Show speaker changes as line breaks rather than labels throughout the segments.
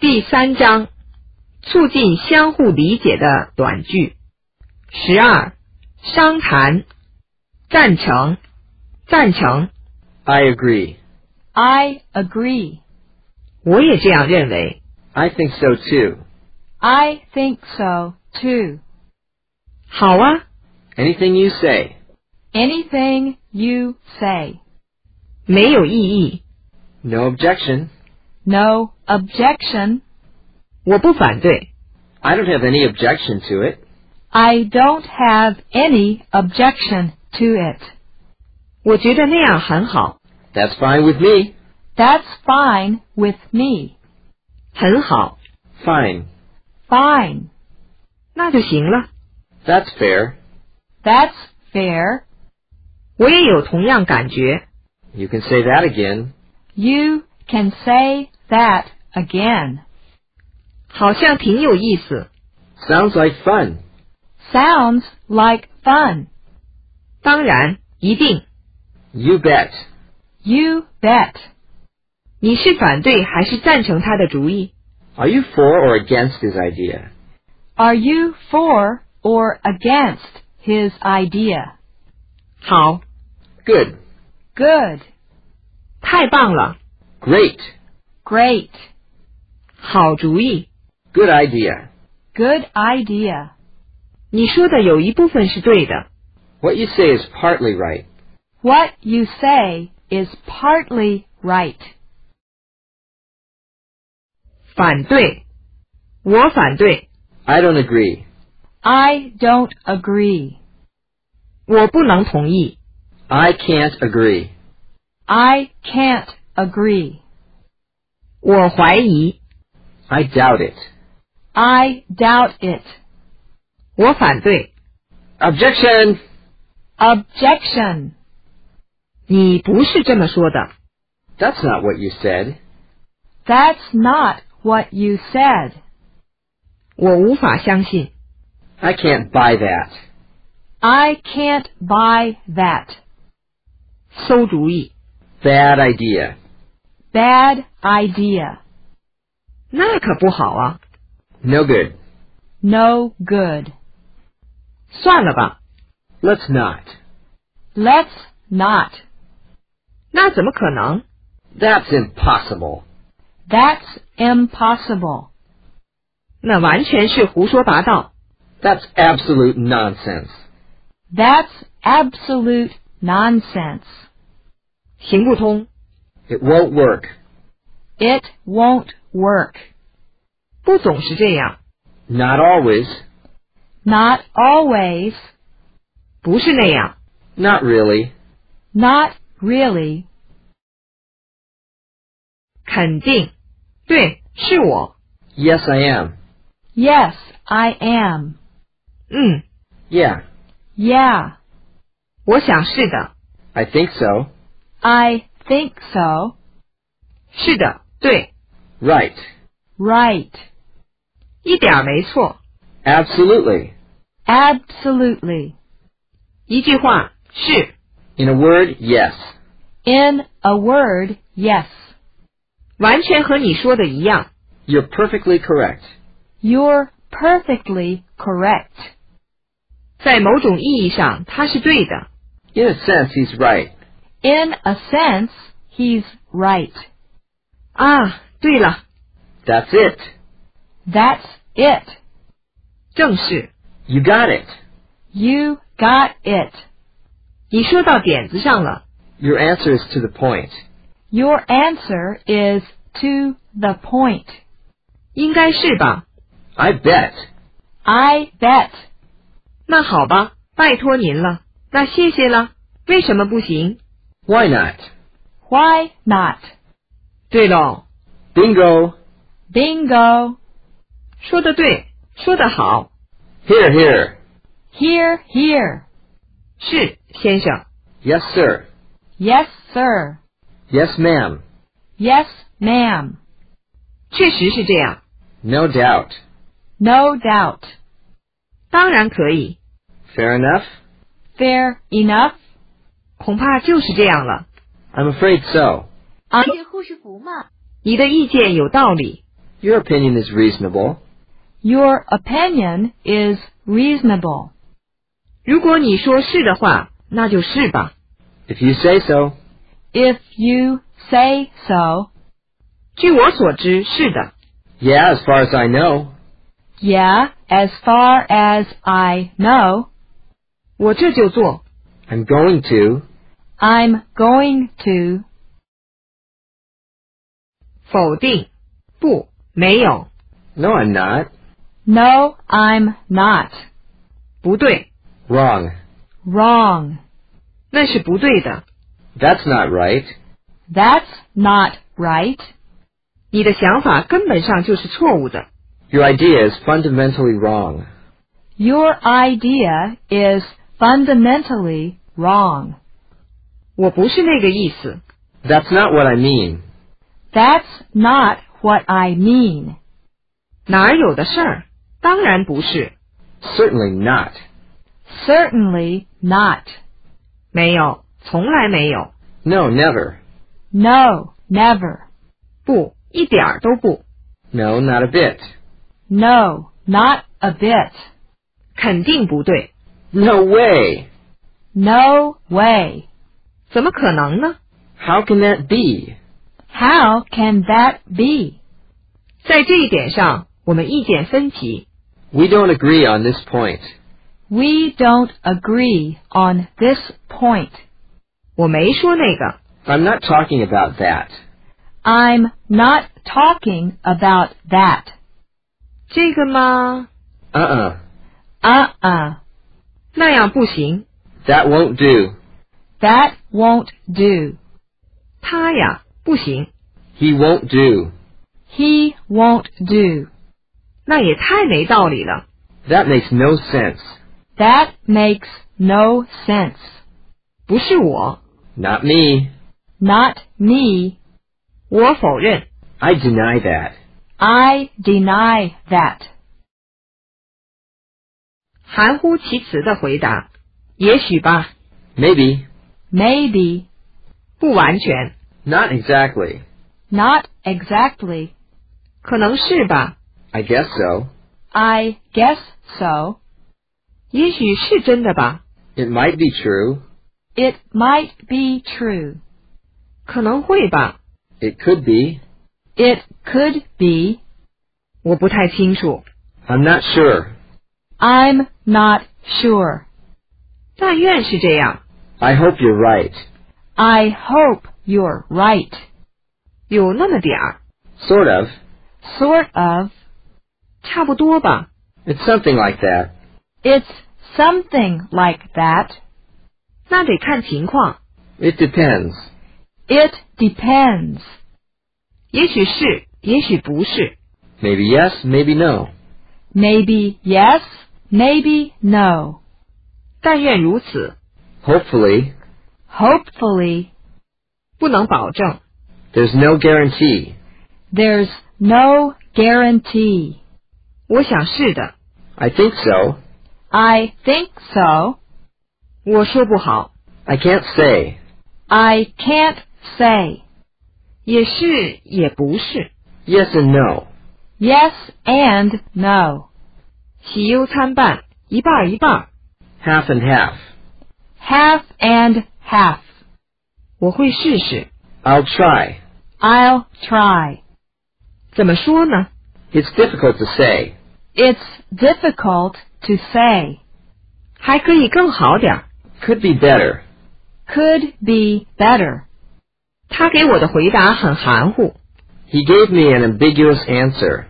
第三章，促进相互理解的短句。十二，商谈，赞成，赞成，
I agree.
I agree.
我也这样认为。
I think so too.
I think so, too.
好啊，
Anything you say.
Anything you say.
没有异议，
No objection.
No objection.
我不反对。
I don't have any objection to it.
I don't have any objection to it.
我觉得那样很好，
That's fine with me.
That's fine with me.
很好，
Fine.
Fine.
那就行了。
That's fair.
That's fair.
我也有同样感觉，
You can say that again.
You can say that again.
好像挺有意思。
Sounds like fun.
Sounds like fun.
当然，一定。
You bet.
You bet.
你是反对还是赞成他的主意？
Are you for or against his idea?
Are you for or against his idea?
好，
Good.
Good.
太棒了，
Great.
Great.
好主意。
Good idea.
Good idea.
你说的有一部分是对的，
What you say is partly right.
What you say is partly right.
反对，我反对，
I don't agree.
I don't agree.
我不能同意。
I can't agree.
I can't agree.
我怀疑，
I doubt it.
I doubt it.
我反对，
Objection!
Objection.
你不是这么说的。
That's not what you said.
That's not what you said.
我无法相信，
I can't buy that.
I can't buy that.
馊主意。
Bad idea.
Bad idea.
那可不好啊！
No good.
No good.
算了吧，
Let's not.
Let's not.
那怎么可能？
That's impossible.
That's impossible.
那完全是胡说八道。
That's absolute nonsense.
That's absolute nonsense.
行不通，
It won't work.
It won't work.
不总是这样，
Not always.
Not always.
不是那样。
Not really.
Not really.
肯定，对，是我。
Yes, I am.
Yes, I am.
嗯，
Yeah,
Yeah,
我想是的，
I think so.
I think so.
是的，对，
Right.
Right.
一点儿没错。
Absolutely.
Absolutely.
一句话是，
In a word, yes.
In a word, yes.
完全和你说的一样。
You're perfectly correct.
You're perfectly correct.
在某种意义上，他是对的。
In a sense, he's right.
In a sense, he's right.
啊，对了，
That's it.
That's it.
正是。
You got it.
You got it.
你说到点子上了。
Your answer is to the point.
Your answer is to the point.
应该是吧？
I bet.
I bet.
那好吧，拜托您了。那谢谢了。为什么不行？
Why not?
Why not?
对喽，
Bingo.
Bingo.
说的对，说的好，
Here, here.
Here, here.
是先生，
Yes, sir.
Yes, sir.
Yes, ma'am.
Yes, ma'am.
确实是这样。
No doubt.
No doubt.
当然可以，
Fair enough?
Fair enough.
恐怕就是这样了。
I'm afraid so.
I
学护士服吗？
你的意见有道理，
Your opinion is reasonable.
Your opinion is reasonable.
如果你说是的话，那就是吧。
If you say so.
If you say so,
据我所知，是的。
Yeah, as far as I know.
yeah, as far as I know,
我这就做。
I'm going to.
I'm going to
否定，不，没有，
No, I'm not.
No, I'm not.
不对，
Wrong.
Wrong.
那是不对的。
That's not right.
That's not right.
你的想法根本上就是错误的。
Your idea is fundamentally wrong.
Your idea is fundamentally wrong.
我不是那个意思。
That's not what I mean.
That's not what I mean.
哪儿有的事儿？当然不是，
Certainly not.
Certainly not.
没有，从来没有。
No, never.
No, never.
不，一点儿都不，
No, not a bit.
No, not a bit.
肯定不对。
No way.
No way.
怎么可能呢？
How can that be?
How can that be?
在这一点上，我们意见分歧。
We don't agree on this point.
We don't agree on this point.
我没说那个，
I'm not talking about that.
I'm not talking about that.
这个嘛，
Uh-uh.
Uh-uh.
那样不行。
That won't do.
That won't do.
他呀，不行，
He won't do.
He won't do.
那也太没道理了。
That makes no sense.
That makes no sense.
不是我，
Not me.
Not me.
我否认。
I deny that.
I deny that.
含糊其辞的回答，也许吧，
Maybe.
Maybe.
不完全，
Not exactly.
Not exactly.
可能是吧，
I guess so.
I guess so.
也许是真的吧，
It might be true.
It might be true.
可能会吧，
It could be.
It could be.
我不太清楚。
I'm not sure.
I'm not sure.
但愿是这样。
I hope you're right.
I hope you're right.
有那么点儿，
Sort of.
Sort of.
差不多吧。
It's something like that.
It's something like that.
那得看情况，
It depends.
It depends.
也许是，也许不是。
Maybe yes, maybe no.
Maybe yes, maybe no.
但愿如此，
Hopefully.
Hopefully,
不能保证。
There's no guarantee.
there's no guarantee.
我想是的，
I think so.
I think so.
我说不好，
I can't say.
I can't say.
也是也不是。
Yes and no.
Yes and no.
喜忧参半，一半儿一半儿。
Half and half.
Half and half.
我会试试。
I'll try.
I'll try.
怎么说呢？
It's difficult to say.
It's difficult to say.
还可以更好点儿。
Could be better.
Could be better.
他给我的回答很含糊，
He gave me an ambiguous answer.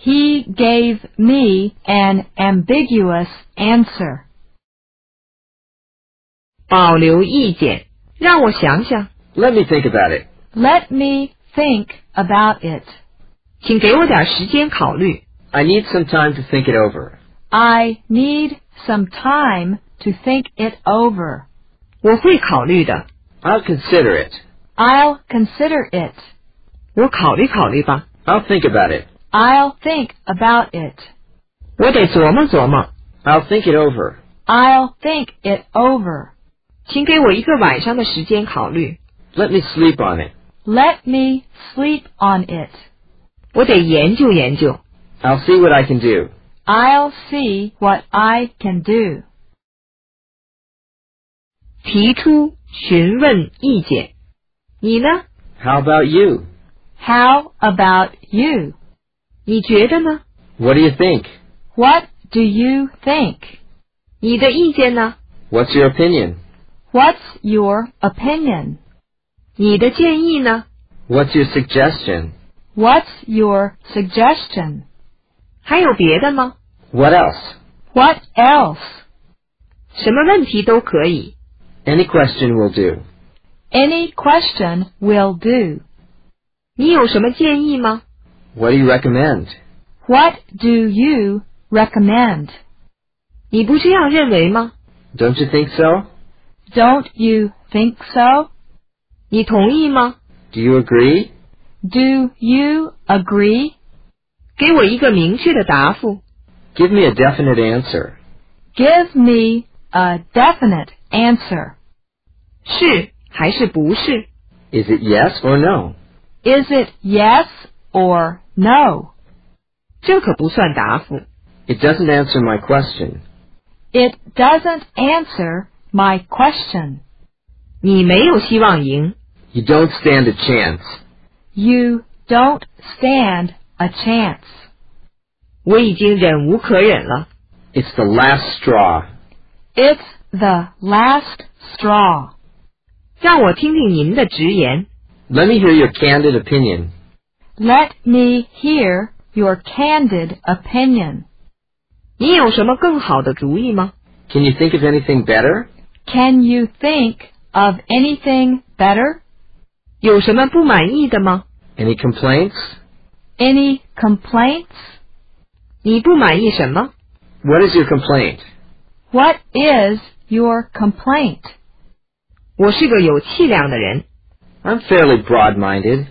He gave me an ambiguous answer.
保留意见，让我想想，
Let me think about it.
Let me think about it.
请给我点儿时间考虑。
I need some time to think it over.
I need some time to think it over.
我会考虑的，
I'll consider it.
I'll consider it.
我考虑考虑吧，
I'll think about it.
I'll think about it.
我得琢磨琢磨。
I'll think it over.
I'll think it over.
请给我一个晚上的时间考虑。
Let me sleep on it.
Let me sleep on it.
我得研究研究。
I'll see what I can do.
I'll see what I can do.
提出询问意见。你呢？
How about you?
How about you?
你觉得呢？
What do you think?
What do you think?
你的意见呢？
What's your opinion?
What's your opinion?
你的建议呢？
What's your suggestion?
What's your suggestion?
还有别的吗？
What else?
What else?
什么问题都可以。
Any question will do.
Any question will do.
你有什么建议吗？
What do you recommend?
What do you recommend?
你不这样认为吗？
Don't you think so?
Don't you think so?
你同意吗？
Do you agree?
Do you agree?
给我一个明确的答复。
Give me a definite answer.
Give me a definite answer.
是还是不是？
Is it yes or no?
Is it yes or no?
这可不算答复。
It doesn't answer my question.
It doesn't answer my question.
你没有希望赢。
You don't stand a chance.
You don't stand a chance.
我已经忍无可忍了。
It's the last straw.
It's the last straw.
让我听听您的直言。
Let me hear your candid opinion.
Let me hear your candid opinion.
你有什么更好的主意吗？
Can you think of anything better?
Can you think of anything better?
有什么不满意的吗？
Any complaints?
Any complaints?
你不满意什么？
What is your complaint?
What is your complaint?
我是个有气量的人。
I'm fairly broad minded.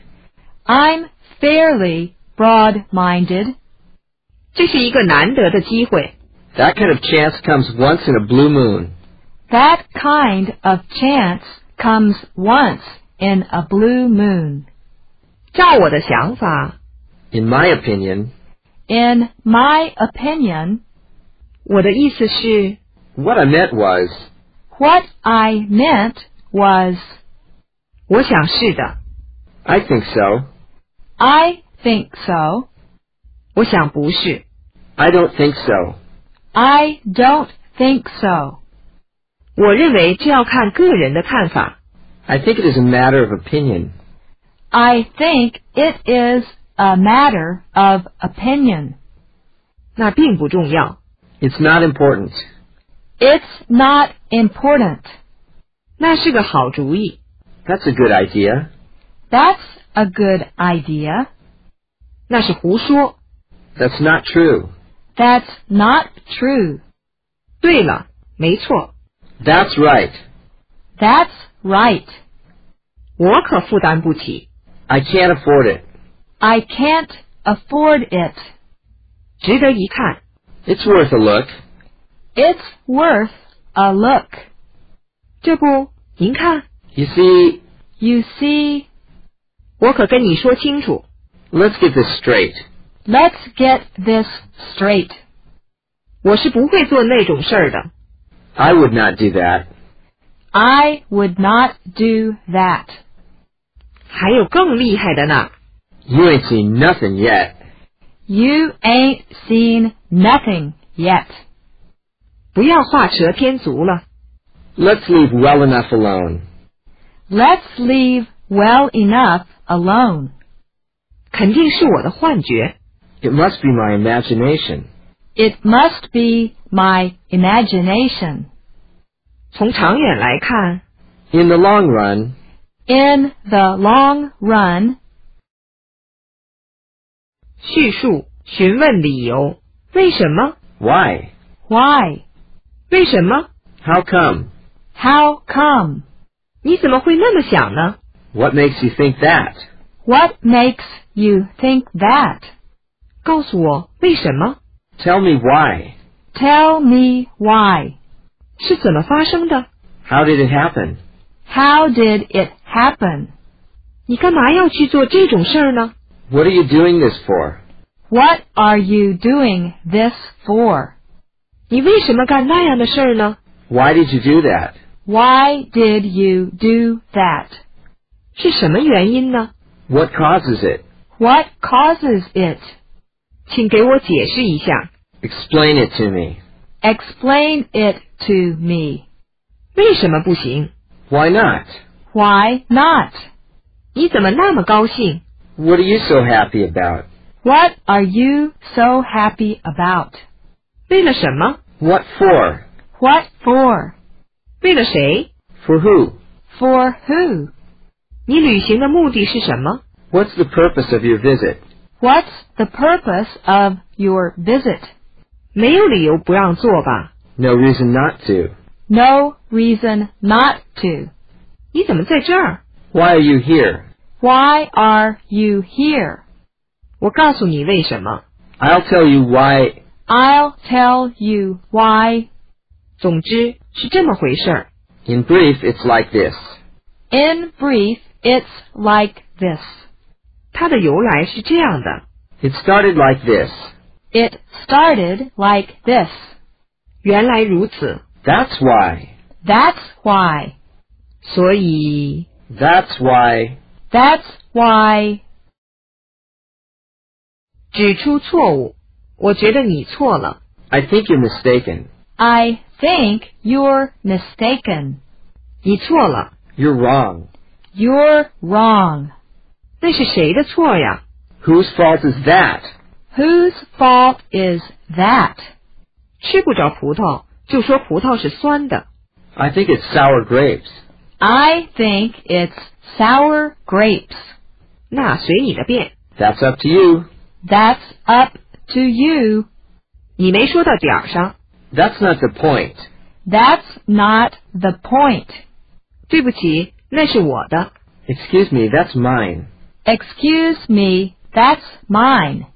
I'm fairly broad-minded.
这是一个难得的机会。
That kind of chance comes once in a blue moon.
That kind of chance comes once in a blue moon.
照我的想法，
In my opinion,
In my opinion,
我的意思是，
what I meant was,
what I meant was,
我想是的，
I think so.
I think so.
我想不是。
I don't think so.
I don't think so.
我认为这要看个人的看法。
I think it is a matter of opinion.
I think it is a matter of opinion.
那并不重要。
It's not important.
It's not important.
那是个好主意。
That's a good idea.
That's a good idea.
那是胡说。
That's not true.
That's not true.
对了，没错，
That's right.
That's right.
我可负担不起。
I can't afford it.
I can't afford it.
值得一看。
It's worth a look.
It's worth a look.
这不，您看，
You see,
You see,
我可跟你说清楚，
let's get this straight.
let's get this straight.
我是不会做那种事儿的。
I would not do that.
I would not do that.
还有更厉害的呢。
You ain't seen nothing yet.
You ain't seen nothing yet.
不要画蛇添足了。
Let's leave well enough alone.
Let's leave well enough alone.
肯定是我的幻觉。
It must be my imagination.
It must be my imagination.
从长远来看，
In the long run,
In the long run,
叙述、询问理由，为什么？
why?
why?
为什么？
How come?
How come?
你怎么会那么想呢？
What makes you think that?
What makes you think that?
告诉我为什么？
Tell me why.
Tell me why.
是怎么发生的？
How did it happen?
How did it happen?
你干嘛要去做这种事儿呢？
What are you doing this for?
What are you doing this for?
你为什么干那样的事儿呢？
Why did you do that?
Why did you do that?
是什么原因呢？
What causes it?
What causes it?
请给我解释一下，
Explain it to me.
Explain it to me.
为什么不行？
Why not?
Why not?
你怎么那么高兴？
What are you so happy about?
What are you so happy about?
为了什么？
What for?
What for?
为了谁？
For who?
For who?
你旅行的目的是什么？
What's the purpose of your visit?
What's the purpose of your visit?
没有理由不让做吧？
No reason not to.
No reason not to.
你怎么在这儿？
Why are you here?
Why are you here?
我告诉你为什么。
I'll tell you why.
I'll tell you why.
总之是这么回事儿。
In brief, it's like this.
In brief, it's like this.
它的由来是这样的：
It started like this.
It started like this.
原来如此，
That's why.
That's why.
所以
That's why.
That's why.
指出错误。我觉得你错了。
I think you're mistaken.
I think you're mistaken.
你错了，
You're wrong.
You're wrong.
那是谁的错呀？
Whose fault is that?
Whose fault is that?
吃不着葡萄就说葡萄是酸的，
I think it's sour grapes.
I think it's sour grapes.
那随你的便。
That's up to you.
That's up to you.
你没说到点儿上，
That's not the point.
That's not the point.
对不起，那是我的。
Excuse me, that's mine.
Excuse me, that's mine.